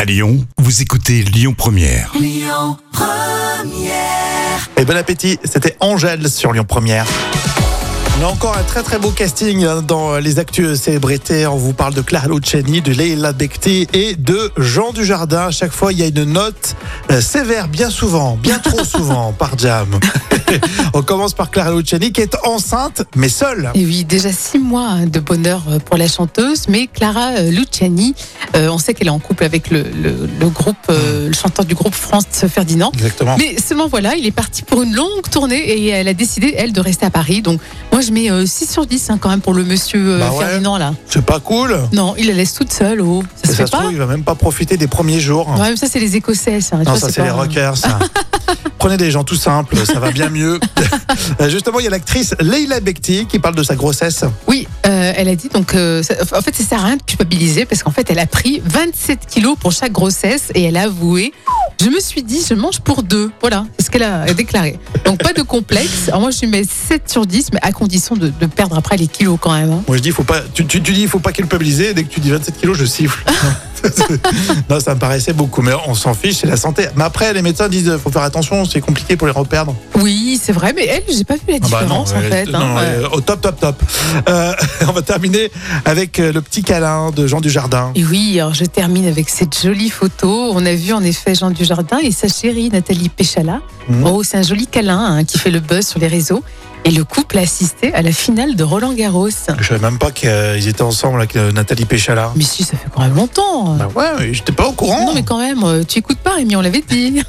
À Lyon, vous écoutez Lyon Première. Et bon appétit, c'était Angèle sur Lyon Première. On a encore un très très beau casting hein, dans les actus célébrités. On vous parle de Clara Luciani, de Leila Bekti et de Jean Dujardin. À chaque fois, il y a une note euh, sévère, bien souvent, bien trop souvent, par Jam. On commence par Clara Luciani qui est enceinte, mais seule. Et oui, déjà six mois hein, de bonheur euh, pour la chanteuse, mais Clara euh, Luciani, euh, on sait qu'elle est en couple avec le, le- le groupe, euh, le chanteur du groupe France Ferdinand. Exactement. Mais seulement voilà, il est parti pour une longue tournée et elle a décidé, elle, de rester à Paris. Donc moi, je mets euh, 6 sur 10 hein, quand même pour le monsieur euh, Bah ouais. Ferdinand là. C'est pas cool. Non, il la laisse toute seule. Oh, ça Et se ça fait se pas. trouve, il va même pas profiter des premiers jours. Ouais, mais ça, c'est les Écossais. Ça, Tu Non, vois, Ah, ça c'est pas- euh, les rockers. ça. Prenez des gens tout simples, ça va bien mieux. Euh, Justement, il y a l'actrice Leila Bekti qui parle de sa grossesse. Oui, euh, elle a dit donc. euh, ça- en fait, ça sert à rien de culpabiliser parce qu'en fait, elle a pris 27 kilos pour chaque grossesse et elle a avoué. Je me suis dit, je mange pour deux. Voilà, c'est ce qu'elle a déclaré. Donc, pas de complexe. Alors, moi, je lui mets 7 sur 10, mais à condition de, de perdre après les kilos quand même. hein. Moi je dis, faut pas, tu, tu, tu dis, il faut pas culpabiliser. et Dès que tu dis 27 kilos, je siffle. non, ça me paraissait beaucoup, mais on s'en fiche, c'est la santé. Mais après, les médecins disent, euh, faut faire attention, c'est compliqué pour les reperdre. Oui, c'est vrai, mais elle, j'ai pas vu la Ah bah non, différence en euh, fait. non, hein. Ouais. euh, au top, top, top. Euh, on va terminer avec euh, le petit câlin de Jean Dujardin. Et oui, alors je termine avec cette jolie photo. On a vu en effet Jean Dujardin et sa chérie Nathalie Péchala. Mhm. Oh, c'est un joli câlin hein, qui fait le buzz sur les réseaux. Et le couple a assisté à la finale de Roland Garros. Je savais même pas qu'ils étaient ensemble avec euh, Nathalie Péchala. Mais si, ça fait quand même longtemps. Bah ouais, mais j'étais pas au courant. Mm. Non, mais quand même, euh, tu écoutes pas, Rémi, on l'avait dit.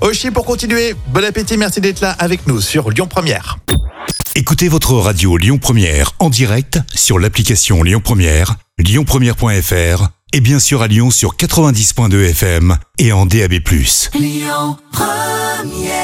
Oshi pour continuer. Bon appétit, merci d'être là avec nous sur Lyon Première. Écoutez votre radio Lyon Première en direct sur l'application Lyon Première, lyonpremière.fr et bien sûr à Lyon sur 90.2 FM et en DAB+. Lyon Première